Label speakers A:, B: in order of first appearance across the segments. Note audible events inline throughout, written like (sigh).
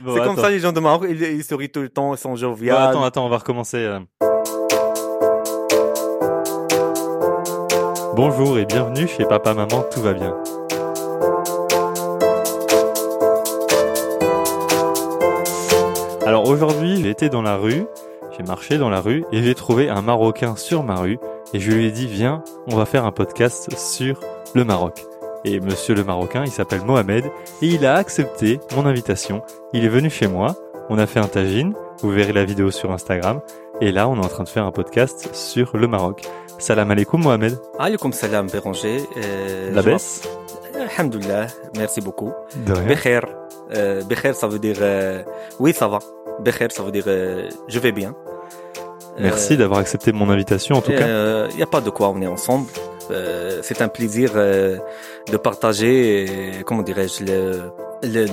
A: Bon,
B: c'est comme
A: attends.
B: ça, les gens de Maroc, ils, ils sourient tout le temps, ils sont
A: Bon,
B: joviaux.
A: attends, attends, on va recommencer. euh. Bonjour et bienvenue chez Papa Maman, tout va bien. Alors aujourd'hui, j'ai été dans la rue, j'ai marché dans la rue et j'ai trouvé un Marocain sur ma rue et je lui ai dit viens, on va faire un podcast sur le Maroc. Et monsieur le Marocain, il s'appelle Mohamed et il a accepté mon invitation. Il est venu chez moi, on a fait un tagine, vous verrez la vidéo sur Instagram et là on est en train de faire un podcast sur le Maroc. Salam alaikum Mohamed,
B: Alaykoum salam, Béranger. Euh,
A: la
B: je-
A: baisse
B: Alhamdoulilah, merci beaucoup.
A: De rien.
B: Bécher. Euh, Bécher, ça veut dire euh, oui, ça va. Bécher, ça veut dire euh, je vais bien. Euh,
A: Merci d'avoir accepté mon invitation en tout cas.
B: Il n'y euh, a pas de quoi, on est ensemble. Euh, c'est un plaisir euh, de partager, euh, comment dirais-je, le- le-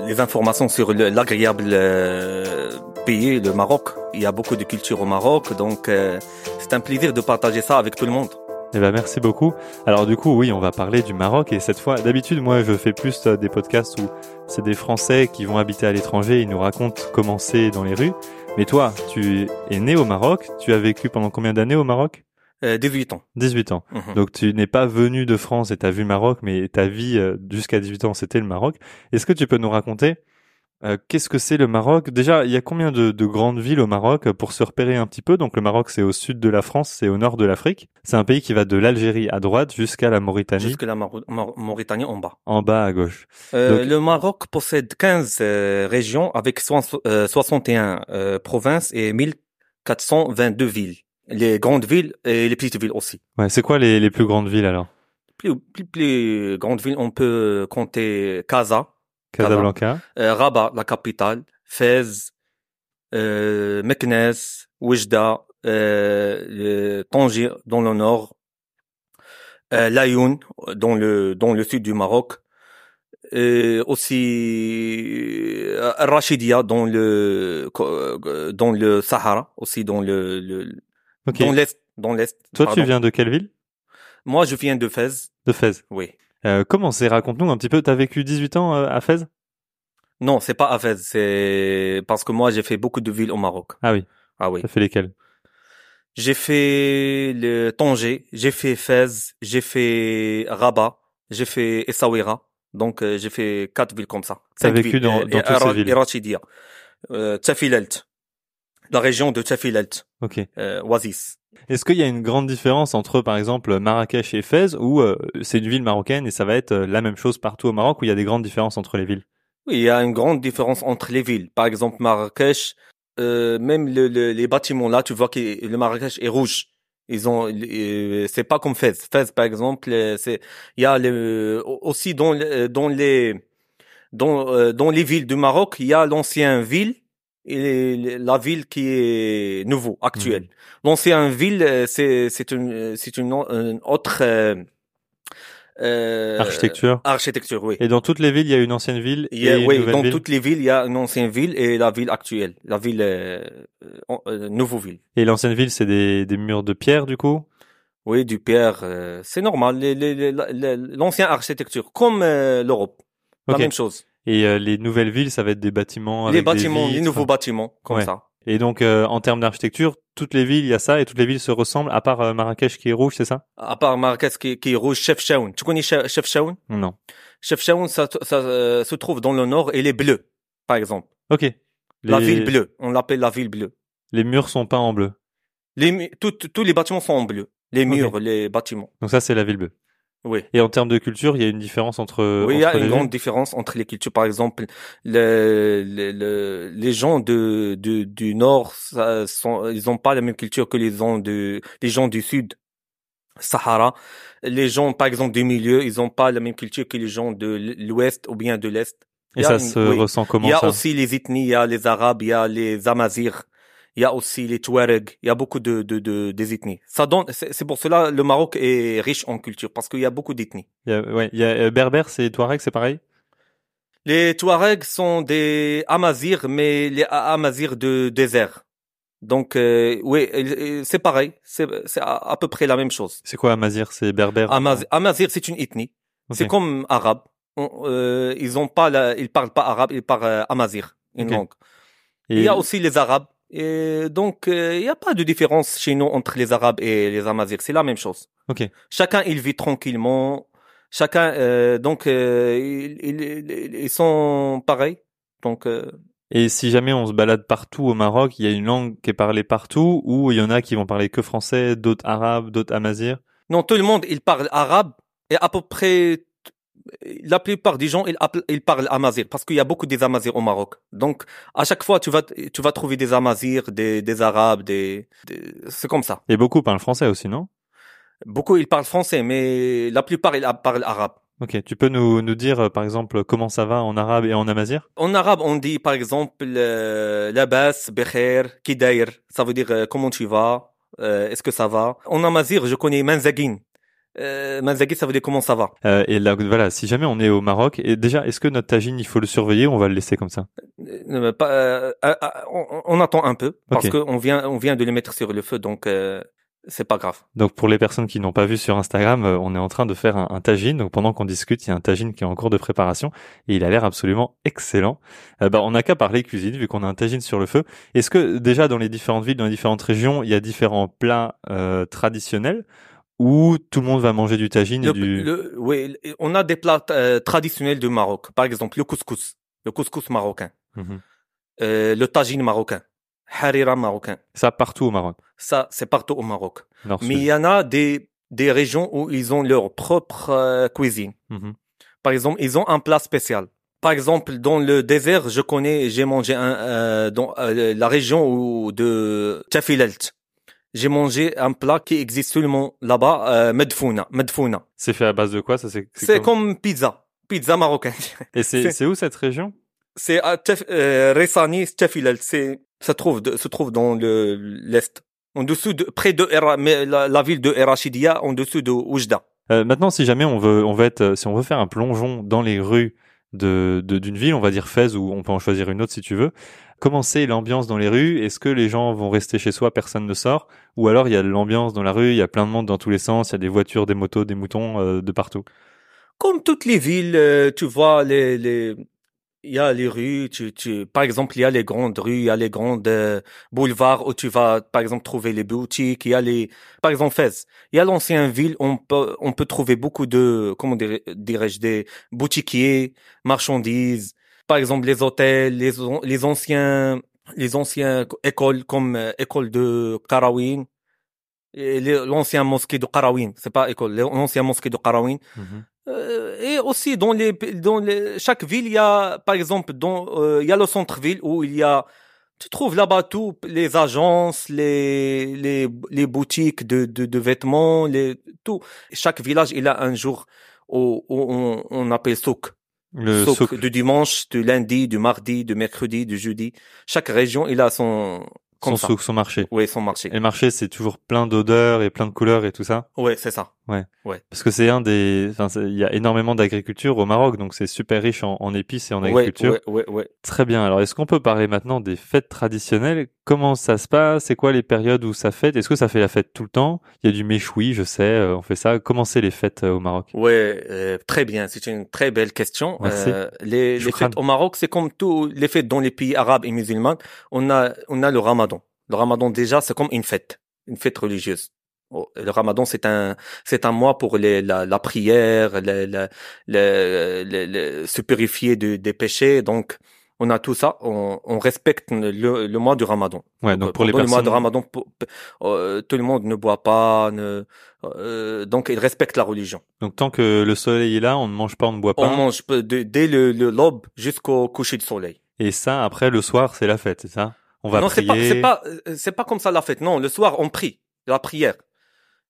B: le- les informations sur le- l'agréable euh, pays, le Maroc. Il y a beaucoup de culture au Maroc, donc euh, c'est un plaisir de partager ça avec tout le monde.
A: Eh ben merci beaucoup. Alors du coup oui, on va parler du Maroc et cette fois, d'habitude moi je fais plus euh, des podcasts où c'est des Français qui vont habiter à l'étranger, ils nous racontent comment c'est dans les rues. Mais toi, tu es né au Maroc, tu as vécu pendant combien d'années au Maroc
B: Euh, 18 ans.
A: 18 ans.
B: Mhm.
A: Donc tu n'es pas venu de France et t'as vu Maroc, mais ta vie euh, jusqu'à 18 ans c'était le Maroc. Est-ce que tu peux nous raconter euh, qu'est-ce que c'est le Maroc Déjà, il y a combien de, de grandes villes au Maroc euh, pour se repérer un petit peu Donc le Maroc c'est au sud de la France, c'est au nord de l'Afrique. C'est un pays qui va de l'Algérie à droite jusqu'à la Mauritanie
B: Jusque la Maro- Mar- Mauritanie en bas.
A: en bas à gauche.
B: Euh,
A: Donc-
B: le Maroc possède 15 euh, régions avec soin- euh, 61 euh, provinces et 1422 villes. Les grandes villes et les petites villes aussi.
A: Ouais, c'est quoi les, les plus grandes villes alors
B: Plus, plus, plus grandes villes, on peut compter Casa,
A: Casablanca,
B: euh, Rabat, la capitale, Fès, euh, Meknes, Oujda, euh, le Tangier dans le nord, euh, Laayoune dans le dans le sud du Maroc, et aussi euh, Rachidia dans le euh, dans le Sahara, aussi dans le, le-
A: Ok.
B: dans l'est dans l'est.
A: Toi
B: pardon.
A: tu viens de quelle ville
B: Moi, je viens de Fès.
A: De Fès.
B: Oui.
A: Euh, comment c'est Raconte-nous un petit peu. T'as vécu 18 ans euh, à Fès
B: Non, c'est pas à Fès. C'est parce que moi, j'ai fait beaucoup de villes au Maroc.
A: Ah oui.
B: Ah oui.
A: T'as fait lesquelles
B: J'ai fait le Tanger, j'ai fait Fès, j'ai fait Rabat, j'ai fait Essaouira. Donc euh, j'ai fait quatre villes comme ça.
A: T'as
B: Cinq
A: vécu
B: villes.
A: dans-
B: Euh,
A: dans
B: et
A: toutes ces
B: Ara-
A: villes.
B: et Rachidia. Euh, Tafilalt. La région de Tafilalt,
A: Ok.
B: euh, Oasis.
A: Est-ce qu'il y a une grande différence entre, par exemple, Marrakech et Fès, où euh, c'est une ville marocaine et ça va être euh, la même chose partout au Maroc, où il y a des grandes différences entre les villes
B: Oui, il y a une grande différence entre les villes. Par exemple, Marrakech, euh, même le- le- les bâtiments là, tu vois que le Marrakech est rouge. Ils ont, euh, c'est pas comme Fès. Fès, par exemple, euh, c'est, il y a le, aussi dans, le- euh, dans les, dans, euh, dans les villes du Maroc, il y a l'ancien ville et la ville qui est nouveau, actuelle. L'ancien ville, euh, c'est, c'est une, euh, c'est une, o- une autre, euh, euh,
A: Architecture.
B: architecture, oui.
A: Et dans toutes les villes, il y a une ancienne ville
B: Il y a-
A: et une
B: oui,
A: nouvelle
B: dans
A: ville.
B: toutes les villes, il y a une ancienne ville et la ville actuelle, la ville euh, euh, en- euh, nouvelle ville.
A: Et l'ancienne ville, c'est des, des murs de pierre, du coup
B: Oui, du Pierre, euh, c'est normal. les- les- les- la- la- L'ancienne architecture, comme euh, l'Europe,
A: Ok.
B: la même chose.
A: Et euh, les nouvelles villes, ça va être des bâtiments
B: les
A: avec des
B: bâtiments, les
A: vitres.
B: nouveaux bâtiments, comme
A: Ouais.
B: ça.
A: Et donc, euh, en termes d'architecture, toutes les villes, il y a ça, et toutes les villes se ressemblent, à part euh, Marrakech qui est rouge, c'est ça
B: À part Marrakech qui, qui est rouge, Chef Shaoun. Tu connais Chef Chef Shaoun
A: Non.
B: Chef Shaoun, ça, ça, euh, se trouve dans le nord et les bleus, par exemple.
A: Ok. Les,
B: La ville bleue, on l'appelle la ville bleue.
A: les murs sont peints en bleu.
B: Les, mu- toutes- tous les bâtiments sont en bleu. Les
A: Ok.
B: murs, les bâtiments.
A: Donc ça, c'est la ville bleue.
B: Oui.
A: Et en termes de culture, il y a une différence entre.
B: Oui, il y a
A: Euh, entre
B: une
A: les
B: grande
A: villes
B: différence entre les cultures. Par exemple, le, le- le- les gens de, de- du nord, ça, sont, ils n'ont pas la même culture que les gens, de, les gens du sud, Sahara. Les gens, par exemple, du milieu, ils n'ont pas la même culture que les gens de l'ouest ou bien de l'est.
A: Et
B: il y a
A: ça
B: une-
A: se
B: oui.
A: ressent comment
B: Il y a
A: ça
B: aussi les ethnies, il y a les Arabes, il y a les Amazirs, il y a aussi les Touaregs, il y a beaucoup de, de, de des ethnies. Ça donne, c'est c'est pour cela le Maroc est riche en culture parce qu'il y a beaucoup d'ethnies.
A: Il y a, ouais, il y a euh, Berbère, c'est Touareg, c'est pareil.
B: Les Touaregs sont des Amazirs, mais les A- Amazirs de désert. Donc, euh, oui, euh, euh, c'est pareil. C'est c'est à, à peu près la même chose. Ah,
A: C'est quoi Amazir C'est Berbère.
B: Amaz- Amazir, c'est une ethnie.
A: Ok.
B: C'est comme arabe. on- euh, ils ont pas la, ils parlent pas arabe, ils parlent euh, amazigh, une
A: Ok.
B: langue.
A: Et
B: Il y a aussi les Arabes. Et donc, euh, il n'y a pas de différence chez nous entre les Arabes et les Amazirs. C'est la même chose.
A: Ok.
B: Chacun, il vit tranquillement. Chacun, euh, donc, euh, ils, ils- ils sont pareils. Donc, euh,
A: Et si jamais on se balade partout au Maroc, il y a une langue qui est parlée partout, ou il y en a qui vont parler que français, d'autres arabes, d'autres amazirs.
B: non, tout le monde, il parle arabe. Et à peu près, t- la plupart des gens, ils, appellent- ils parlent Amazir. Parce qu'il y a beaucoup des Amazirs au Maroc. Donc, à chaque fois, tu vas, tu vas trouver des Amazirs, des, des Arabes, des, des- c'est comme ça.
A: Et beaucoup parlent français aussi, non
B: Beaucoup, ils parlent français, mais la plupart, ils parlent arabe.
A: Ok, tu peux nous, nous dire euh, par exemple comment ça va en arabe et en amazir
B: En arabe, on dit par exemple euh, labas, bekhair, kidair. Ça veut dire euh, comment tu vas, euh, est-ce que ça va. En amazir, je connais manzagin. Euh, manzagin, ça veut dire comment ça va.
A: Euh, Et là, voilà, si jamais on est au Maroc, et déjà, est-ce que notre tagine, il faut le surveiller ou on va le laisser comme ça
B: Euh, pas- euh, euh, euh, on, on attend un peu parce
A: Ok.
B: que on vient, on vient de les mettre sur le feu, donc euh, c'est pas grave.
A: Donc pour les personnes qui n'ont pas vu sur Instagram, euh, on est en train de faire un, un tagine. Donc pendant qu'on discute, il y a un tagine qui est en cours de préparation et il a l'air absolument excellent. Euh, bah, on n'a qu'à parler cuisine vu qu'on a un tagine sur le feu. Est-ce que déjà dans les différentes villes, dans les différentes régions, il y a différents plats euh, traditionnels où tout le monde va manger du tagine
B: Le-
A: et du...
B: le- oui, le- on a des plats euh, traditionnels du Maroc. Par exemple, le couscous, le couscous marocain,
A: Mhm.
B: euh, le tagine marocain, harira marocain.
A: Ça partout au Maroc.
B: Ça, c'est partout au Maroc.
A: Nord,
B: Mais il
A: sud.
B: y en a des, des régions où ils ont leur propre euh, cuisine.
A: Mhm.
B: Par exemple, ils ont un plat spécial. Par exemple, dans le désert, je connais, j'ai mangé un, euh, dans euh, la région où, de Tafilalt. J'ai mangé un plat qui existe seulement là-bas, euh, medfouna, medfouna.
A: C'est fait à base de quoi Ça c'est.
B: C'est
A: comme-
B: comme pizza, pizza marocaine. (laughs)
A: Et c'est
B: c'est-
A: c'est où cette région
B: C'est à Taf, euh, Ressani, Tafilalt. C'est, ça trouve, de- se trouve dans le, l'est. En dessous de, près de, Era- mais la, la ville de Erachidia, en dessous de Oujda.
A: Euh, maintenant, si jamais on veut, on veut être, euh, si on veut faire un plongeon dans les rues de de- d'une ville, on va dire Fès ou on peut en choisir une autre si tu veux. Comment c'est l'ambiance dans les rues Est-ce que les gens vont rester chez soi, personne ne sort, ou alors il y a de l'ambiance dans la rue, il y a plein de monde dans tous les sens, il y a des voitures, des motos, des moutons euh, de partout.
B: Comme toutes les villes, euh, tu vois, les, les, il y a les rues, tu, tu, par exemple, il y a les grandes rues, il y a les grandes euh, boulevards où tu vas, par exemple, trouver les boutiques, il y a les, par exemple, Fès. Il y a l'ancienne ville, on peut, on peut trouver beaucoup de, comment dir- dirais-je, des boutiquiers, marchandises, par exemple, les hôtels, les, an- les anciens, les anciens écoles comme euh, école de Qarawin, et les- l'ancien mosquée de Qarawin, c'est pas école, l'ancien mosquée de Qarawin. Euh, et aussi dans les dans les, chaque ville il y a par exemple dans euh, il y a le centre ville où il y a tu trouves là-bas tout les agences les les les boutiques de de, de vêtements les tout chaque village il a un jour où, où on, on appelle souk
A: Le
B: souk,
A: Euh, souk.
B: du dimanche du lundi du mardi du mercredi du jeudi chaque région il a son
A: son
B: comme ça
A: souk, son marché.
B: ouais son marché
A: Et le marché, c'est toujours plein d'odeurs et plein de couleurs et tout ça.
B: ouais c'est ça
A: Parce que c'est un des, enfin, c'est- il y a énormément d'agriculture au Maroc, donc c'est super riche en, en épices et en
B: ouais
A: agriculture.
B: ouais ouais, ouais.
A: Très bien. Alors, est-ce qu'on peut parler maintenant des fêtes traditionnelles Comment ça se passe C'est quoi les périodes où ça fête Est-ce que ça fait la fête tout le temps Il y a du méchoui, je sais, euh, on fait ça. Comment c'est les fêtes euh, au Maroc
B: Ouais, euh, très bien. C'est une très belle question.
A: Merci.
B: Euh, les, les
A: Choukran.
B: fêtes au Maroc, c'est comme tous les fêtes dans les pays arabes et musulmans. On a, on a le Ramadan. Le Ramadan déjà, c'est comme une fête, une fête religieuse. Oh, Le Ramadan, c'est un, c'est un mois pour les, la, la prière, le, le- le- le- le- se purifier de- des péchés. Donc, on a tout ça. On, on respecte le, le mois du Ramadan. Euh,
A: Ouais, donc pour les
B: Pendant le mois
A: personnes.
B: de Ramadan, pour- euh, tout le monde ne boit pas. Ne, euh, donc, il respecte la religion.
A: Donc tant que le soleil est là, on ne mange pas, on ne boit
B: On
A: pas.
B: mange peu de- dès le, le l'aube jusqu'au coucher du soleil.
A: Et ça, après le soir, c'est la fête, c'est ça On va
B: non, c'est
A: prier.
B: pas, c'est pas, euh, c'est pas comme ça la fête. Non, le soir on prie la prière.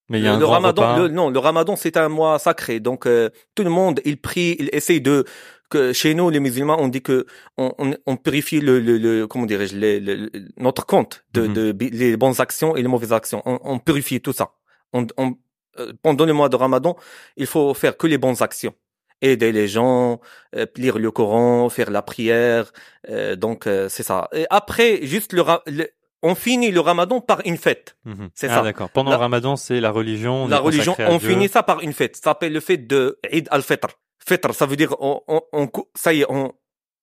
A: Mais il y a
B: le,
A: un
B: le
A: grand
B: Ramadan,
A: repas.
B: le- non, le Ramadan c'est un mois sacré. Donc euh, tout le monde il prie, il essaye de que chez nous les musulmans on dit que on, on, on purifie le, le, le- comment dirais-je les- le- le- notre compte de,
A: Mhm.
B: de bi- les bonnes actions et les mauvaises actions. On, on purifie tout ça. On, on- euh, pendant le mois de Ramadan, il faut faire que les bonnes actions. Aider les gens, euh, lire le Coran, faire la prière, euh, donc euh, c'est ça. Et après, juste le, ra- le- on finit le Ramadan par une fête.
A: Mhm.
B: c'est
A: ah,
B: ça.
A: d'accord. Pendant
B: La-
A: le Ramadan, c'est la religion. on
B: la
A: est consacré
B: religion,
A: à
B: on
A: Dieu.
B: finit ça par une fête. Ça s'appelle le fête de Eid al-Fitr. Fitr, ça veut dire on, on, on cou- ça y est, on,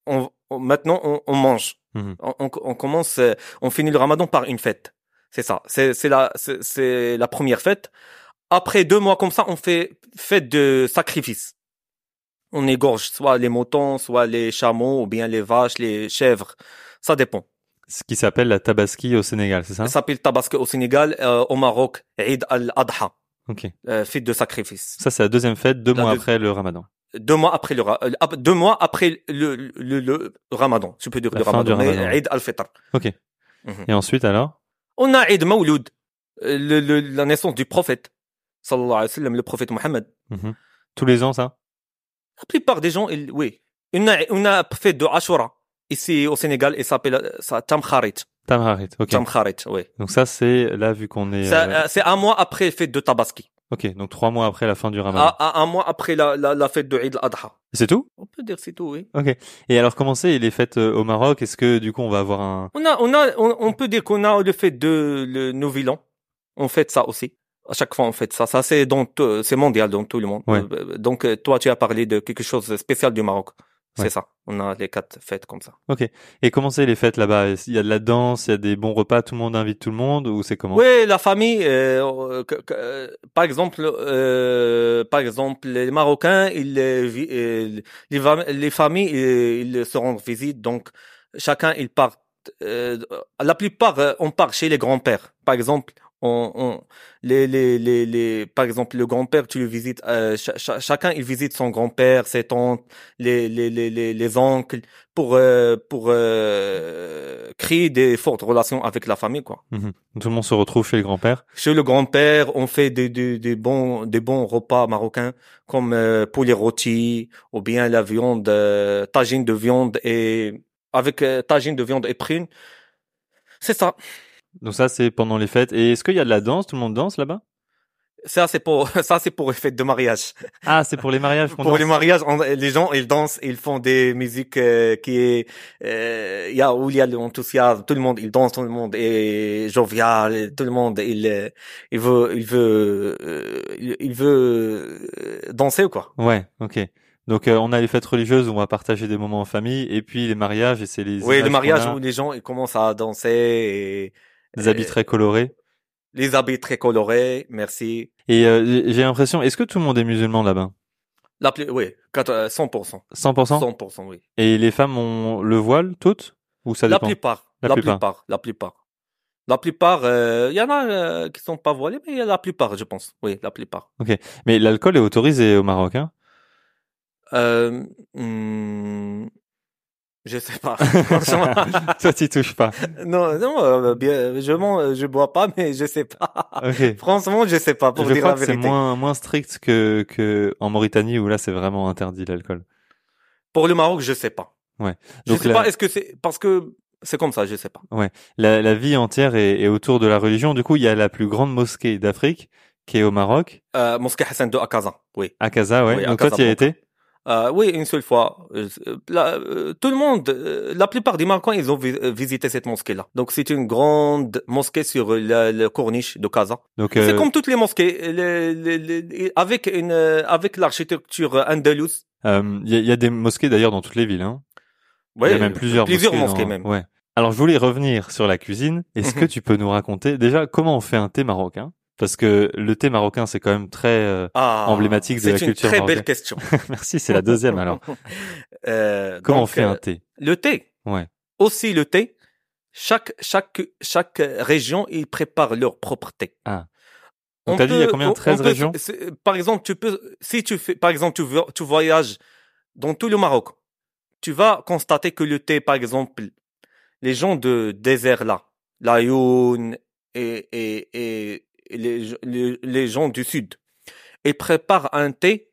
B: on, on- maintenant on, on mange.
A: Mhm.
B: On, on- on commence, euh, on finit le Ramadan par une fête. C'est ça. C'est c'est la c'est- c'est la première fête. Après deux mois comme ça, on fait fête de sacrifice. On égorge soit les moutons, soit les chameaux, ou bien les vaches, les chèvres. Ça dépend.
A: Ce qui s'appelle la tabaski au Sénégal, c'est ça
B: Ça s'appelle Tabaski au Sénégal, euh, au Maroc, Eid al-Adha,
A: Ok.
B: euh, fête de sacrifice.
A: Ça, c'est la deuxième fête, deux
B: La
A: mois
B: deux-
A: après le ramadan.
B: deux mois après le ra- euh, ap- deux mois après le le, le, le Ramadan tu peux dire
A: La
B: le
A: fin du
B: Ramadan, mais
A: Ramadan.
B: Eid al-Fitr
A: Et ensuite, alors
B: on a Eid Mawlud euh, le, le- la naissance du prophète sallallahu alayhi wa sallam le prophète Mohammed
A: Mhm. Tous les ans, ça
B: la plupart des gens ils, oui on a on a fait de Ashura ici au Sénégal il s'appelle euh, ça Tamkharit
A: Tamharit, ok.
B: Tamkharit oui
A: Donc ça, c'est là, vu qu'on est...
B: Ça,
A: euh,
B: euh, c'est un mois après la fête de Tabaski
A: Ok, donc trois mois après la fin du ramadan.
B: à, à- un mois après la, la, la fête de Eid al-Adha
A: C'est tout
B: on peut dire c'est tout oui
A: Et alors, comment c'est les fêtes euh, au Maroc Est-ce que, du coup, on va avoir un...
B: On a, on a, on, on peut dire qu'on a le fait de le Nouvel An. On fête ça aussi. À chaque fois, on fête ça. Ça, c'est dans tout- c'est mondial dans tout le monde.
A: Ouais.
B: Euh, Donc, euh, toi, tu as parlé de quelque chose de spécial du Maroc.
A: Ouais.
B: C'est ça. On a les quatre fêtes comme ça.
A: Et comment c'est les fêtes là-bas Est-ce- Il y a de la danse, il y a des bons repas, tout le monde invite tout le monde Ou c'est comment
B: Oui, la famille. euh, que- que- euh, par exemple, euh, par exemple, les Marocains, ils, euh, vi- euh, les, va- les familles, euh, ils se rendent visite. Donc, chacun, il part. euh, la plupart, euh, on part chez les grands-pères. Par exemple, on, on- les, les, les, les- par exemple, le grand-père, tu le visites. euh, cha- cha- chacun, il visite son grand-père, ses tantes, les, les, les, les, les oncles, pour euh, pour euh, créer des fortes relations avec la famille, quoi.
A: Tout le monde se retrouve chez le grand-père
B: Chez le grand-père, on fait des, des, des bons, des bons repas marocains comme euh, poulet rôti ou bien la viande, euh, tagine de viande et avec euh, tagine de viande et prune. C'est ça.
A: Donc ça, c'est pendant les fêtes. Et est-ce qu'il y a de la danse Tout le monde danse là-bas
B: Ça c'est pour (laughs) ça c'est pour les fêtes de mariage.
A: Ah, c'est pour les mariages qu'on
B: (laughs) Pour
A: danse
B: les mariages, on- les gens ils dansent, ils font des musiques euh, qui est euh, il y a où il y a l'enthousiasme, tout le monde il danse, tout le monde est jovial, tout le monde il euh, il veut il veut euh, il- il veut euh, danser quoi.
A: Ouais, ok. Donc euh, on a les fêtes religieuses où on va partager des moments en famille, et puis les mariages, et c'est les images
B: Oui, le
A: qu'on
B: mariage
A: a,
B: où les gens ils commencent à danser et
A: des habits très colorés.
B: les habits très colorés. Merci.
A: Et euh, j'ai- j'ai l'impression, est-ce que tout le monde est musulman là-bas
B: La pla- oui, 80 100%.
A: 100%,
B: 100%, oui.
A: Et les femmes ont le voile toutes Ou ça
B: La
A: dépend
B: plupart,
A: La
B: la,
A: plupart.
B: plupart. la plupart. La plupart, euh, il y en a euh, qui sont pas voilés, mais il y a la plupart, je pense. Oui, la plupart.
A: Mais l'alcool est autorisé au Maroc, hein
B: Euh, hmm, je sais
A: (laughs)
B: pas. Franchement,
A: Toi, t'y touches pas.
B: non, non, euh, bien, je m'en, je bois pas, mais je sais pas.
A: Ok.
B: Franchement, je sais pas Ah. pour
A: Je
B: dire
A: crois
B: la
A: que c'est
B: vérité.
A: moins moins strict que que en Mauritanie où là c'est vraiment interdit l'alcool.
B: Pour le Maroc, je sais pas.
A: Ouais.
B: Je
A: Donc
B: sais
A: la-
B: pas. Est-ce que c'est parce que c'est comme ça, je sais pas.
A: La, la vie entière est, est autour de la religion. Du coup, il y a la plus grande mosquée d'Afrique qui est au Maroc,
B: Euh, mosquée Hassan II à Kazan, oui.
A: à Casa, ouais.
B: Oui, à
A: Donc toi, t'y as
B: Casablanca.
A: été
B: Euh, oui, une seule fois. Euh, la- euh, tout le monde, euh, la plupart des Marocains, ils ont vi- euh, visité cette mosquée-là. Donc c'est une grande mosquée sur la- le corniche de Kazan.
A: Donc,
B: C'est
A: euh,
B: comme toutes les mosquées, les- les- les- avec une, euh, avec l'architecture andalouse.
A: euh, il y, a- il y a des mosquées d'ailleurs dans toutes les villes. Hein.
B: Ouais,
A: il y a même plusieurs,
B: mosquées,
A: dans-
B: même.
A: Ouais. Alors, je voulais revenir sur la cuisine. Est-ce
B: Mhm.
A: que tu peux nous raconter déjà comment on fait un thé marocain Parce que le thé marocain, c'est quand même très. euh, (laughs)
B: Ah,
A: Emblématique de la
B: C'est une
A: culture
B: très
A: marocaine. (laughs)
B: belle question.
A: Merci, c'est la deuxième.
B: (laughs)
A: Alors,
B: Euh,
A: comment on
B: donc,
A: fait
B: euh,
A: un thé
B: le thé.
A: Ouais.
B: Aussi le thé. Chaque chaque chaque région, ils préparent leur propre thé.
A: Ah.
B: On
A: Donc, t'as dit il y a
B: peut-
A: combien
B: on-
A: 13
B: on peut-
A: régions
B: c'est- Par exemple, tu peux si tu fais par exemple tu, vo- tu voyages dans tout le Maroc, tu vas constater que le thé, par exemple, les gens de désert là, l'Ayoun et et et et les, les les gens du sud, ils préparent un thé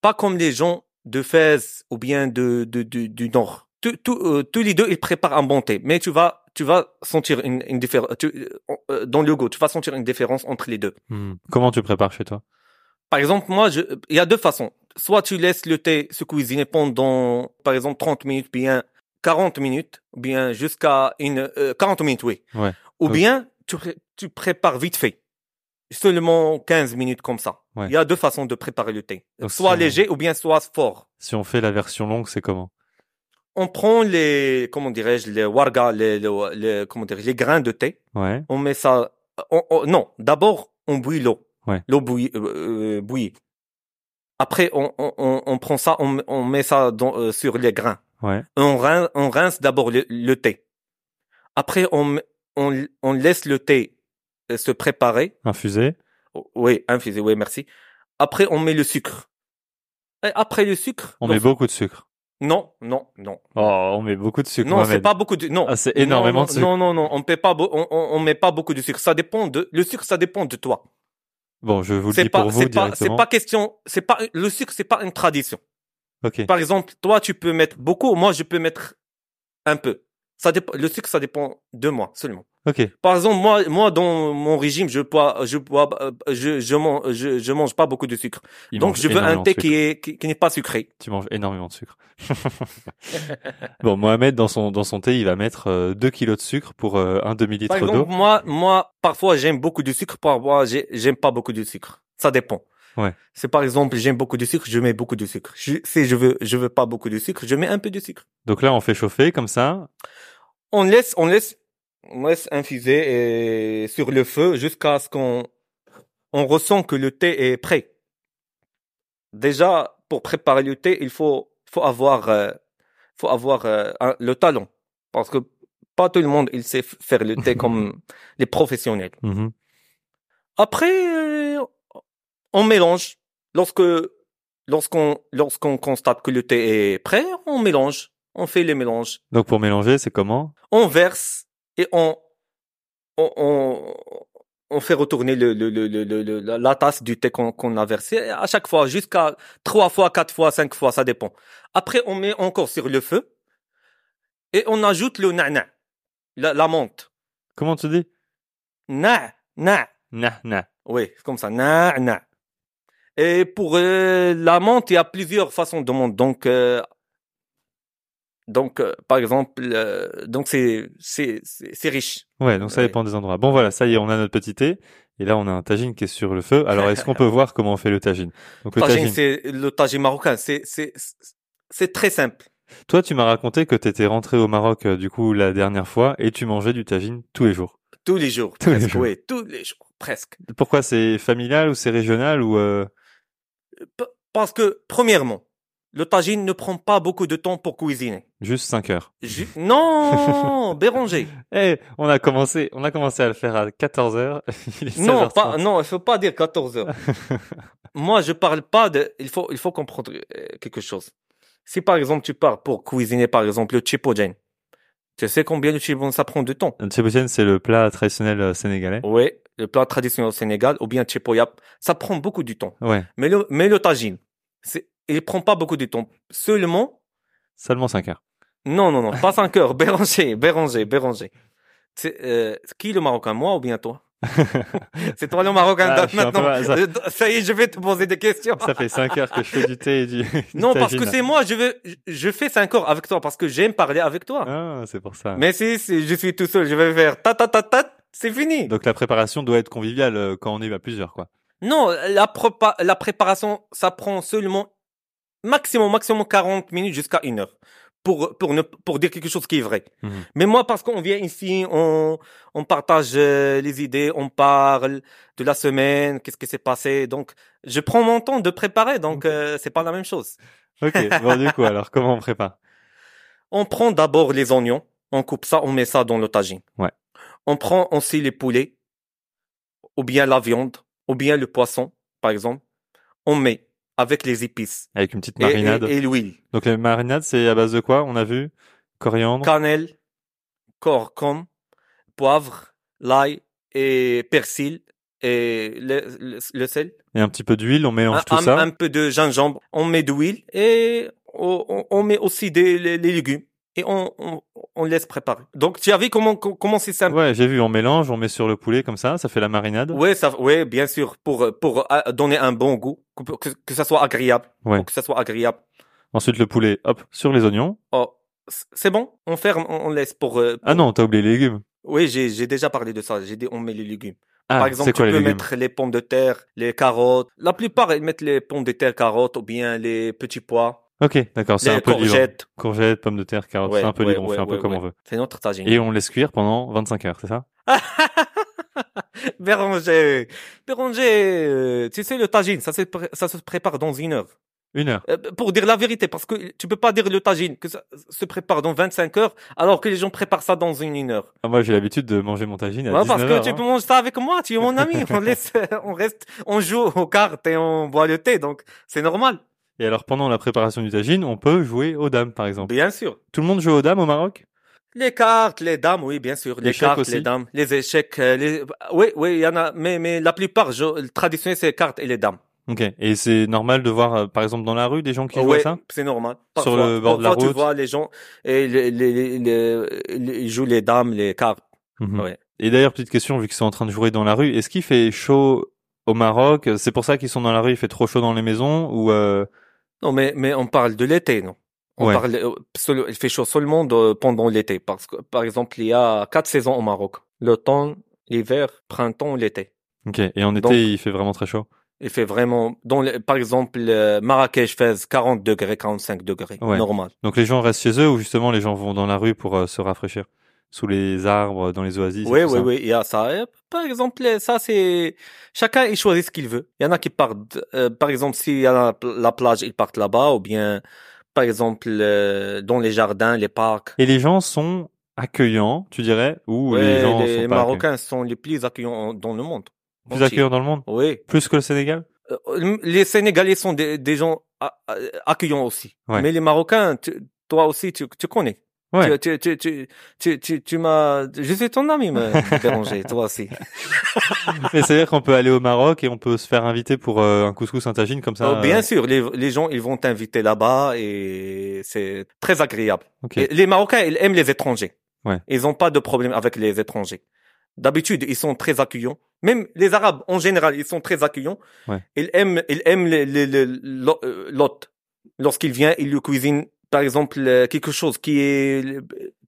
B: pas comme les gens de Fès ou bien de, de, du- du Nord. Tous- tous, euh, tous les deux, ils préparent un bon thé, mais tu vas, tu vas sentir une, une différence euh, dans le goût. Tu vas sentir une différence entre les deux.
A: Hmm. Comment tu prépares chez toi
B: Par exemple, moi, je- euh, il y a deux façons. Soit tu laisses le thé se cuisiner pendant, par exemple, 30 minutes, bien 40 minutes, bien jusqu'à une euh, 40 minutes, oui.
A: Ouais.
B: Ou
A: Ok.
B: bien tu, pré- tu prépares vite fait, seulement 15 minutes comme ça.
A: Ouais.
B: Il y a deux façons de préparer le thé.
A: Donc,
B: soit
A: si on-
B: léger ou bien soit fort.
A: Si on fait la version longue, c'est comment
B: On prend les, comment dirais-je, les warga, les, les- les- comment dirais les grains de thé.
A: Ouais,
B: On met ça, on- on- non, d'abord, on bouille l'eau.
A: Ouais.
B: L'eau bouillie, euh, euh, bouillie. Après, on, on- on- on prend ça, on, on met ça dans, euh, sur les grains.
A: ouais,
B: on rince, on rince d'abord le, le thé. Après, on, met- on, on laisse le thé euh, se préparer.
A: infusé.
B: O- Oui, infusé, oui, merci. Après, on met le sucre. Et après le sucre.
A: On
B: dans-
A: met beaucoup de sucre.
B: Non, non, non.
A: Oh, on met beaucoup de sucre.
B: Non, c'est
A: Mohamed.
B: pas beaucoup de. Non.
A: Ah, c'est énormément
B: non,
A: de sucre.
B: Non, non, non. On ne pas, beau- on, on, on met pas beaucoup de sucre. Ça dépend de. Le sucre, ça dépend de toi.
A: Bon, je vous le
B: C'est
A: dis
B: pas,
A: pour vous
B: c'est pas, c'est
A: directement.
B: pas question. C'est pas le sucre, c'est pas une tradition.
A: Ok.
B: Par exemple, toi, tu peux mettre beaucoup. Moi, je peux mettre un peu. Ça dépend. Le sucre, ça dépend de moi seulement.
A: Ok.
B: Par exemple, moi, moi, dans mon régime, je bois, je bois, euh, je, je, mange, je, je mange pas beaucoup de sucre.
A: Il
B: Donc,
A: mange
B: je veux un
A: énormément de
B: thé
A: sucre.
B: qui est, qui, qui n'est pas sucré.
A: Tu manges énormément de sucre. (laughs) bon, Mohamed, dans son, dans son thé, il va mettre euh, 2 kilos de sucre pour euh, un
B: Par
A: demi-litre d'eau.
B: exemple, moi, moi, parfois, j'aime beaucoup de sucre, parfois, j'ai- j'aime pas beaucoup de sucre. Ça dépend.
A: Ouais.
B: C'est par exemple, j'aime beaucoup de sucre, je mets beaucoup de sucre. Je- si je veux, je veux pas beaucoup de sucre, je mets un peu de sucre.
A: Donc là, on fait chauffer comme ça.
B: On laisse, on laisse, on laisse infuser et sur le feu jusqu'à ce qu'on on ressent que le thé est prêt. Déjà, pour préparer le thé, il faut faut avoir euh, faut avoir euh, un- le talent parce que pas tout le monde il sait f- faire le thé comme les professionnels.
A: Mhm.
B: Après, euh, on mélange. Lorsque lorsqu'on lorsqu'on constate que le thé est prêt, on mélange, on fait les mélanges
A: Donc pour mélanger, c'est comment
B: on verse et on on, on, on fait retourner le, le, le, le, le- le- la, la tasse du thé qu'on qu'on a versé à chaque fois, jusqu'à trois fois, quatre fois, cinq fois, ça dépend. Après, on met encore sur le feu et on ajoute le na'na, la, la menthe.
A: Comment tu dis
B: Na, na.
A: Na, na.
B: Oui, c'est comme ça. Na, na. Et pour euh, la menthe, il y a plusieurs façons de menthe. Donc, euh, donc euh, par exemple, euh, donc c'est c'est c'est c'est riche.
A: Ouais, donc ça
B: Ouais.
A: dépend des endroits. Bon, voilà, ça y est, on a notre petit thé. Et là, on a un tagine qui est sur le feu. Alors,
B: (laughs)
A: est-ce qu'on peut voir comment on fait le tagine Donc le
B: Tagine,
A: tagine.
B: c'est le tagine marocain. C'est c'est c'est- c'est très simple.
A: Toi, tu m'as raconté que t'étais rentré au Maroc euh, du coup la dernière fois et tu mangeais du tagine tous les jours.
B: Tous les jours,
A: Tous les
B: presque.
A: jours.
B: Oui, tous les jours, presque.
A: Pourquoi c'est familial ou c'est régional ou euh,
B: P- Parce que premièrement, le tagine ne prend pas beaucoup de temps pour cuisiner.
A: juste 5 heures (laughs)
B: Ju- non, Béranger.
A: Eh, on a commencé, on a commencé à le faire à 14 heures. (laughs) Il est
B: Non,
A: 16h30.
B: pas non, il faut pas dire 14 heures. Moi, je parle pas de il faut il faut comprendre euh, quelque chose. Si par exemple tu pars pour cuisiner par exemple le chipojen, tu sais combien le chipojen ça prend de temps
A: Le tchéboutienne, c'est le plat traditionnel euh, sénégalais.
B: Oui, le plat traditionnel au Sénégal ou bien chipoyap, ça prend beaucoup de temps.
A: Ouais,
B: Mais le, mais le tagine, c'est, il prend pas beaucoup de temps. Seulement,
A: seulement 5 heures.
B: non, non, non, pas 5 heures. Béranger, Béranger, Béranger. C'est, euh, qui le Marocain, moi ou
A: (laughs)
B: bien toi? c'est toi le Marocain
A: Ah, je suis un peu
B: maintenant.
A: mal, ça-
B: Euh, Ça y est, je vais te poser des questions.
A: Ça fait 5 heures que je fais du thé et
B: (laughs)
A: du. du
B: non, parce que
A: tagine.
B: c'est moi, je veux, je- je fais 5 heures avec toi parce que j'aime parler avec toi.
A: Ah, c'est pour ça.
B: Mais si, si je suis tout seul, je vais faire ta ta ta ta, c'est fini.
A: Donc la préparation doit être conviviale euh, quand on est à plusieurs, quoi.
B: Non, la, prépa- la préparation, ça prend seulement maximum, maximum 40 minutes jusqu'à une heure pour, pour, ne, pour dire quelque chose qui est vrai.
A: Mhm.
B: Mais moi, parce qu'on vient ici, on, on partage euh, les idées, on parle de la semaine, qu'est-ce qui s'est passé. Donc, je prends mon temps de préparer, donc euh, c'est pas la même chose.
A: Ok. bon, du coup, alors comment on prépare
B: On prend d'abord les oignons, on coupe ça, on met ça dans le tagine.
A: Ouais.
B: On prend aussi les poulets, ou bien la viande, ou bien le poisson, par exemple. On met avec les épices
A: Avec une petite
B: et-
A: marinade.
B: et, et l'huile,
A: Donc la marinade, c'est à base de quoi On a vu coriandre,
B: cannelle, corcombe, poivre, l'ail et persil et le, le- le sel.
A: et un petit peu d'huile. On mélange
B: un,
A: tout
B: un-
A: ça.
B: un peu de gingembre. On met d'huile et on, on- on met aussi des les, les légumes et on, on, on laisse préparer. Donc tu as vu comment comment c'est simple.
A: Ouais, j'ai vu. On mélange, on met sur le poulet comme ça. Ça fait la marinade.
B: Ouais, ça, ouais, bien sûr, pour pour euh, donner un bon goût, que, que, que ça soit agréable,
A: Ouais.
B: pour que ça soit agréable.
A: Ensuite, le poulet, hop, sur les oignons.
B: Oh, c- c'est bon, on ferme, on, on laisse pour. euh,
A: Ah non, t'as oublié les légumes.
B: Oui, j'ai j'ai déjà parlé de ça. J'ai dit on met les légumes.
A: Ah,
B: Par exemple,
A: c'est
B: tu
A: quoi les
B: peux
A: légumes
B: mettre les pommes de terre, les carottes. La plupart, ils mettent les pommes de terre, carottes ou bien les petits pois,
A: Ok, d'accord, c'est
B: les
A: un peu libre.
B: courgettes.
A: Courgettes, pommes de terre, carottes,
B: Ouais,
A: c'est un peu
B: ouais,
A: libre, on
B: ouais,
A: fait un peu
B: ouais,
A: comme
B: ouais.
A: on veut.
B: C'est notre tagine.
A: Et on laisse cuire pendant 25 heures, c'est ça
B: (laughs) Béranger, Béranger, euh, tu sais le tagine, ça se, pré- ça se prépare dans une heure.
A: Une heure.
B: Euh, pour dire la vérité, parce que tu peux pas dire le tagine que ça se prépare dans 25 heures, alors que les gens préparent ça dans une, une heure.
A: Ah, moi, j'ai l'habitude de manger mon tagine à
B: Ouais,
A: 19
B: parce que
A: heures,
B: tu
A: hein.
B: peux manger ça avec moi, tu es
A: (laughs)
B: mon ami, on laisse, on reste, on joue aux cartes et on boit le thé, donc c'est normal.
A: Et alors, pendant la préparation du tagine, on peut jouer aux dames, par exemple.
B: Bien sûr.
A: Tout le monde joue aux dames au Maroc
B: Les cartes, les dames, oui, bien sûr. Les
A: L'échec
B: cartes,
A: aussi.
B: les dames, les échecs, euh, les... oui, oui, il y en a, mais, mais la plupart, je... le traditionnel, c'est les cartes et les dames.
A: Ok. Et c'est normal de voir, euh, par exemple, dans la rue, des gens qui jouent
B: Ouais,
A: à ça
B: c'est normal.
A: Sur le bord de la
B: parfois,
A: route.
B: tu vois les gens, et les, les, les- les- les- ils jouent les dames, les cartes.
A: Mhm.
B: Ouais.
A: Et d'ailleurs, petite question, vu qu'ils sont en train de jouer dans la rue, est-ce qu'il fait chaud au Maroc C'est pour ça qu'ils sont dans la rue, il fait trop chaud dans les maisons Ou euh,
B: Non, mais, mais on parle de l'été, non? On
A: Ouais.
B: parle, euh, seul- il fait chaud seulement de- pendant l'été, parce que, par exemple, il y a quatre saisons au Maroc. L'automne, l'hiver, printemps, l'été.
A: Ok. Et en été,
B: Donc-
A: il fait vraiment très chaud
B: Il fait vraiment, dans le- par exemple, euh, Marrakech fait 40 degrés, 45 degrés.
A: Ouais.
B: Normal.
A: Donc les gens restent chez eux ou justement les gens vont dans la rue pour euh, se rafraîchir Sous les arbres, dans les oasis et
B: Oui,
A: tout
B: oui,
A: ça.
B: oui, il y a ça. Et par exemple, ça, c'est, chacun, il choisit ce qu'il veut. Il y en a qui partent, euh, par exemple, s'il y a la, la plage, ils partent là-bas, ou bien, par exemple, euh, dans les jardins, les parcs.
A: Et les gens sont accueillants, tu dirais Ou les gens
B: Ouais, les
A: sont pas accueillants
B: Marocains sont les plus accueillants dans le monde.
A: Plus
B: Entier.
A: accueillants dans le monde
B: Oui.
A: Plus que le Sénégal
B: Euh, Les Sénégalais sont des, des gens a- a- accueillants aussi.
A: Ouais.
B: Mais les Marocains, tu- toi aussi, tu, tu connais.
A: Ouais.
B: Tu, tu, tu, tu, tu, tu, tu m'as, je suis ton
A: (laughs)
B: ami, me- Béranger, toi aussi.
A: Mais (laughs) c'est-à-dire qu'on peut aller au Maroc et on peut se faire inviter pour euh, un couscous, un tagine comme ça
B: Oh, bien
A: euh,
B: sûr, les, les gens, ils vont t'inviter là-bas et c'est très agréable.
A: ok.
B: Et les Marocains, ils aiment les étrangers.
A: Ouais.
B: Ils n'ont pas de problème avec les étrangers. D'habitude, ils sont très accueillants. Même les Arabes, en général, ils sont très accueillants.
A: Ouais.
B: Ils aiment, ils aiment les- les- les- l'hô- euh, l'hôte. Lorsqu'il vient, il lui cuisine, par exemple, euh, quelque chose qui est euh,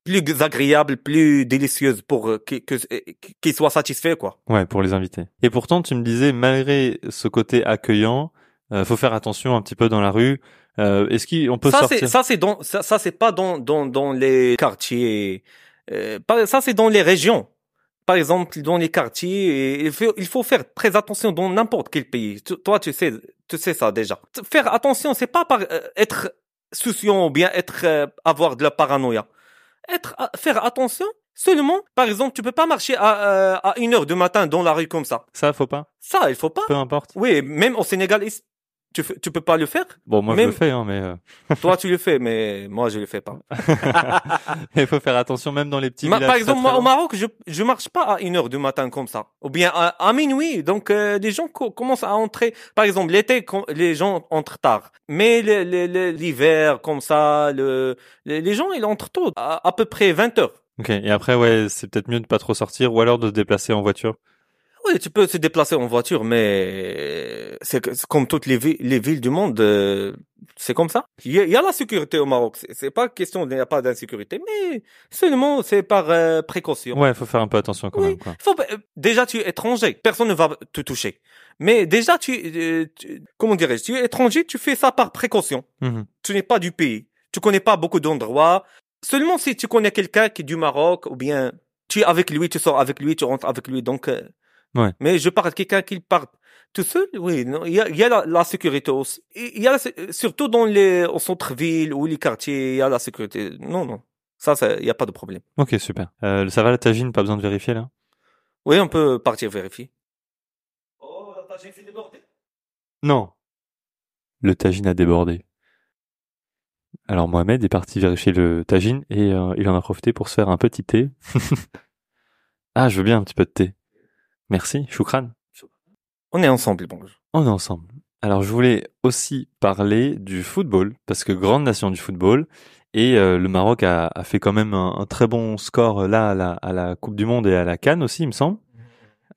B: plus agréable, plus délicieuse pour euh, qu'il que- euh, qu'il soit satisfait, quoi.
A: Ouais, pour les invités. Et pourtant, tu me disais, malgré ce côté accueillant, euh, faut faire attention un petit peu dans la rue. Euh, Est-ce qu'on peut
B: ça c'est
A: sortir
B: ça c'est dans ça, ça c'est pas dans dans dans les quartiers euh, par- ça c'est dans les régions par exemple dans les quartiers et il faut il faut faire très attention dans n'importe quel pays Tu- toi tu sais tu sais ça déjà T- faire attention c'est pas par euh, être souciant ou bien être euh, avoir de la paranoïa être à- faire attention seulement par exemple tu peux pas marcher à euh, à une heure du matin dans la rue comme ça
A: Ça, faut pas
B: ça il faut pas
A: Peu importe.
B: oui même au Sénégal is- tu fais- tu peux pas le
A: (laughs)
B: faire
A: Bon, moi, je
B: Même-
A: le fais, hein, mais euh, (laughs)
B: toi tu le fais mais moi je le fais pas
A: il faut faire attention même dans les petits
B: Ma-
A: villages.
B: par
A: très,
B: exemple,
A: très
B: moi, au
A: loin.
B: Maroc, je, je marche pas à une heure du matin comme ça. Ou bien à, à minuit. Donc, euh, les gens co- commencent à entrer. Par exemple, l'été, com- les gens entrent tard. Mais le- le- le- l'hiver, comme ça, le, les, les gens, ils entrent tôt. À, à peu près 20 heures.
A: Ok. Et après, ouais, c'est peut-être mieux de pas trop sortir ou alors de se déplacer en voiture.
B: Oui, tu peux se déplacer en voiture, mais c'est que- c'est comme toutes les, vi- les villes du monde. euh, c'est comme ça. Il y, a- il y a la sécurité au Maroc. C'est- C'est pas question, il n'y a pas d'insécurité, mais seulement c'est par euh, précaution.
A: Ouais, faut faire un peu attention quand
B: Oui.
A: même. Quoi.
B: Faut pas- euh, déjà, tu es étranger. Personne ne va te toucher. Mais déjà, tu, euh, tu- comment dirais-je, tu es étranger, tu fais ça par précaution.
A: Mhm.
B: Tu n'es pas du pays. Tu connais pas beaucoup d'endroits. Seulement si tu connais quelqu'un qui est du Maroc ou bien tu es avec lui, tu sors avec lui, tu rentres avec lui. Donc, euh,
A: Ouais.
B: mais je parle de quelqu'un qui part tout seul. Oui, non, il y a, il y a la, la sécurité aussi. Il y a la sé- surtout dans les au centre-ville ou les quartiers, il y a la sécurité. Non, non, ça, ça, il y a pas de problème.
A: Ok, super. Euh, ça va la tagine, pas besoin de vérifier là.
B: Oui, on peut partir vérifier. Oh, la tagine s'est débordée.
A: Non. Le tagine a débordé. Alors Mohamed est parti vérifier le tagine et euh, il en a profité pour se faire un petit
B: (laughs)
A: thé. ah, je veux bien un petit peu de thé. Merci, Choukran.
B: On est ensemble, bonjour.
A: On est ensemble. Alors je voulais aussi parler du football, parce que grande nation du football, et euh, le Maroc a, a fait quand même un, un très bon score euh, là à la, à la Coupe du Monde et à la Cannes aussi, il me semble.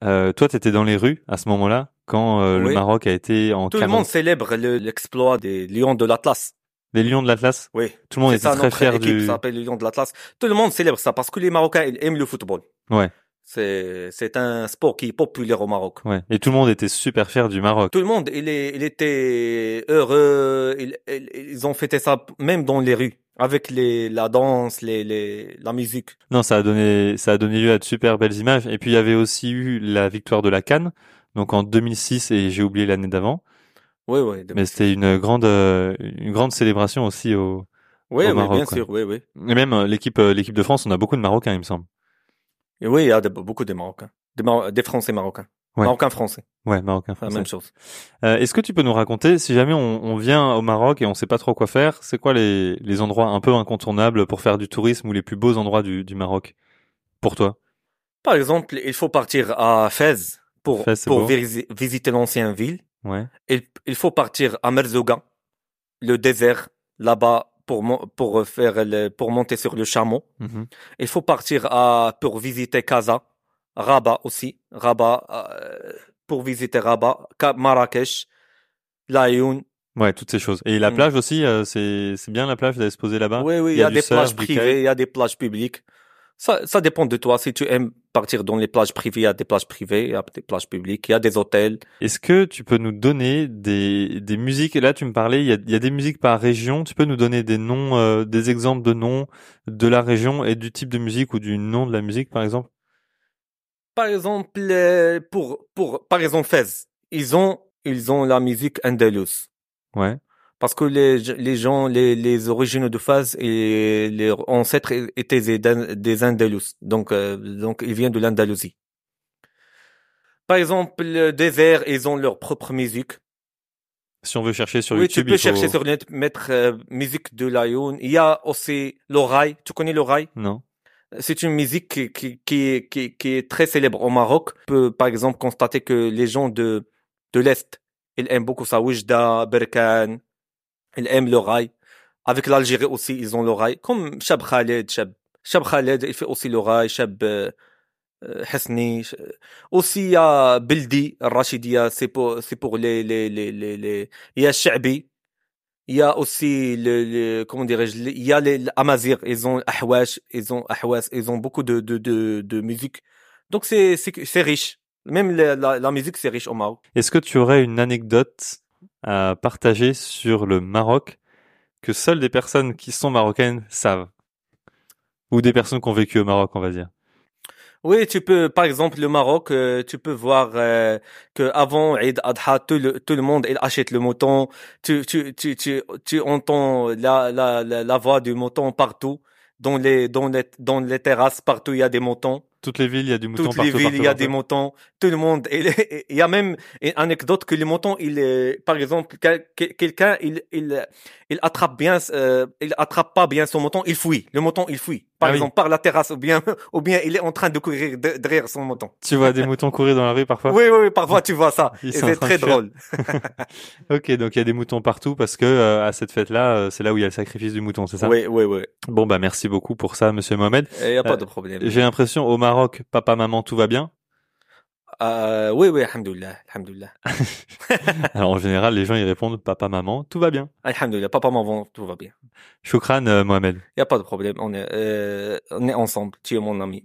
A: Euh, toi, t'étais dans les rues à ce moment-là, quand euh, le
B: Oui.
A: Maroc a été en
B: Tout le
A: 40
B: monde célèbre le- l'exploit des Lions de l'Atlas.
A: Les Lions de l'Atlas.
B: Oui.
A: Tout le monde était
B: C'est ça,
A: très
B: notre
A: fier
B: équipe
A: du.
B: s'appelle les Lions de l'Atlas. Tout le monde célèbre ça parce que les Marocains, ils aiment le football.
A: Ouais.
B: C'est c'est un sport qui est populaire au Maroc.
A: Ouais. Et tout le monde était super fier du Maroc.
B: Tout le monde, il, est- il était heureux. il- il- ils ont fêté ça même dans les rues, avec les, la danse, les, les, la musique.
A: Non, ça a donné, ça a donné lieu à de super belles images. Et puis il y avait aussi eu la victoire de la Cannes, donc en 2006 et j'ai oublié l'année d'avant.
B: Oui, oui.
A: Mais c'était une grande, euh, une grande célébration aussi au.
B: oui,
A: au
B: oui,
A: Maroc,
B: bien
A: quoi.
B: sûr. Oui, oui.
A: Et même euh, l'équipe, euh, l'équipe de France, on a beaucoup de Marocains, il me semble.
B: Et oui, il y a de- beaucoup de Marocains, des, Mar- des Français marocains,
A: Ouais.
B: Marocains français,
A: Ouais, Marocains.
B: la
A: français.
B: même chose.
A: Euh, Est-ce que tu peux nous raconter, si jamais on, on vient au Maroc et on sait pas trop quoi faire, c'est quoi les, les endroits un peu incontournables pour faire du tourisme ou les plus beaux endroits du, du Maroc pour toi
B: Par exemple, il faut partir à Fès pour
A: Fès, c'est beau.
B: pour visi- visiter l'ancienne ville.
A: Ouais.
B: Il, il faut partir à Merzouga, le désert là-bas pour mon- pour faire le, pour monter sur le chameau.
A: Mhm.
B: Il faut partir à pour visiter Casa, Rabat aussi, Rabat euh, pour visiter Rabat, Ka- Marrakech, Laayoune.
A: Ouais, toutes ces choses. Et la
B: Mm.
A: plage aussi, euh, c'est c'est bien la plage d'aller se poser là-bas.
B: Oui, oui, il y, a
A: du
B: des
A: surf,
B: plages
A: du
B: privées, il y a des plages publiques. Ça, ça dépend de toi. Si tu aimes partir dans les plages privées, il y a des plages privées, il y a des plages publiques, il y a des hôtels.
A: Est-ce que tu peux nous donner des, des musiques Là, tu me parlais, il y a, il y a des musiques par région. Tu peux nous donner des noms, euh, des exemples de noms de la région et du type de musique ou du nom de la musique, par exemple
B: Par exemple, euh, pour, pour, par exemple, Fès, ils ont, ils ont la musique andalouse.
A: Ouais.
B: Parce que les, les gens, les, les originaux de Fès et leurs ancêtres étaient des, des Andalous. Donc, euh, donc, ils viennent de l'Andalousie. Par exemple, le désert, ils ont leur propre musique.
A: Si on veut chercher sur
B: oui,
A: YouTube,
B: tu peux
A: il faut-
B: chercher sur net, mettre euh, musique de Lyon. Il y a aussi l'oreille. Tu connais l'oreille
A: Non.
B: C'est une musique qui, qui, qui, est- qui, qui est très célèbre au Maroc. On peut par exemple constater que les gens de, de l'Est, ils aiment beaucoup ça. Oujda, Berkane, ils aiment l'oreille. Avec l'Algérie aussi, ils ont l'oreille. Comme Chab Khaled, Chab, Chab Khaled, il fait aussi l'oreille. Chab euh, euh, Hasni. Ch- Aussi, il y a Bildi, Rachidia, c'est pour, c'est pour les, les, les, les, les- Il y a Sha'bi. Il y a aussi le, le- comment dirais-je, il y a les les Amazigh, ils ont Ahwash, ils ont Ahwas, ils ont beaucoup de, de, de, de musique. Donc c'est, c'est, c'est riche. Même la, la, la musique, c'est riche au Maroc.
A: Est-ce que tu aurais une anecdote à partager sur le Maroc que seules des personnes qui sont marocaines savent Ou des personnes qui ont vécu au Maroc, on va dire.
B: Oui, tu peux, par exemple, le Maroc, euh, tu peux voir euh, que avant Eid Adha, tout le, tout le monde il achète le mouton. Tu, tu, tu, tu, tu entends la, la, la, la voix du mouton partout, dans les, dans les, dans les terrasses partout, il y a des moutons.
A: Toutes les villes, il y a du mouton
B: toutes
A: partout.
B: les villes,
A: partout,
B: il y a
A: partout.
B: des moutons. Tout le monde. Il il y a même une anecdote que les moutons, il, est- par exemple, quel- quel- quelqu'un, il, il, il attrape bien, euh, il attrape pas bien son mouton, il fuit. Le mouton, il fuit. Par
A: Ah oui.
B: exemple, par la terrasse, ou bien, (laughs) ou bien, il est en train de courir de- derrière son mouton.
A: Tu vois des moutons courir dans la rue parfois
B: Oui, oui, oui, parfois tu vois ça.
A: (laughs) Ils
B: Et
A: sont en
B: c'est
A: train de
B: très drôle.
A: Ok, donc il y a des moutons partout parce que euh, à cette fête-là, euh, c'est là où il y a le sacrifice du mouton, c'est ça
B: Oui, oui, oui.
A: Bon bah merci beaucoup pour ça, Monsieur Mohamed.
B: Il n'y a
A: Euh,
B: pas de problème.
A: J'ai l'impression au Maroc, papa, maman, tout va bien. (laughs)
B: Euh, oui, oui, alhamdoulilah, alhamdoulilah.
A: Alors en général, les gens ils répondent papa, maman, tout va bien.
B: Alhamdoulilah, papa, maman, tout va bien.
A: Choukran, euh, Mohamed.
B: Il n'y a pas de problème. On est, euh, on est ensemble. Tu es mon ami.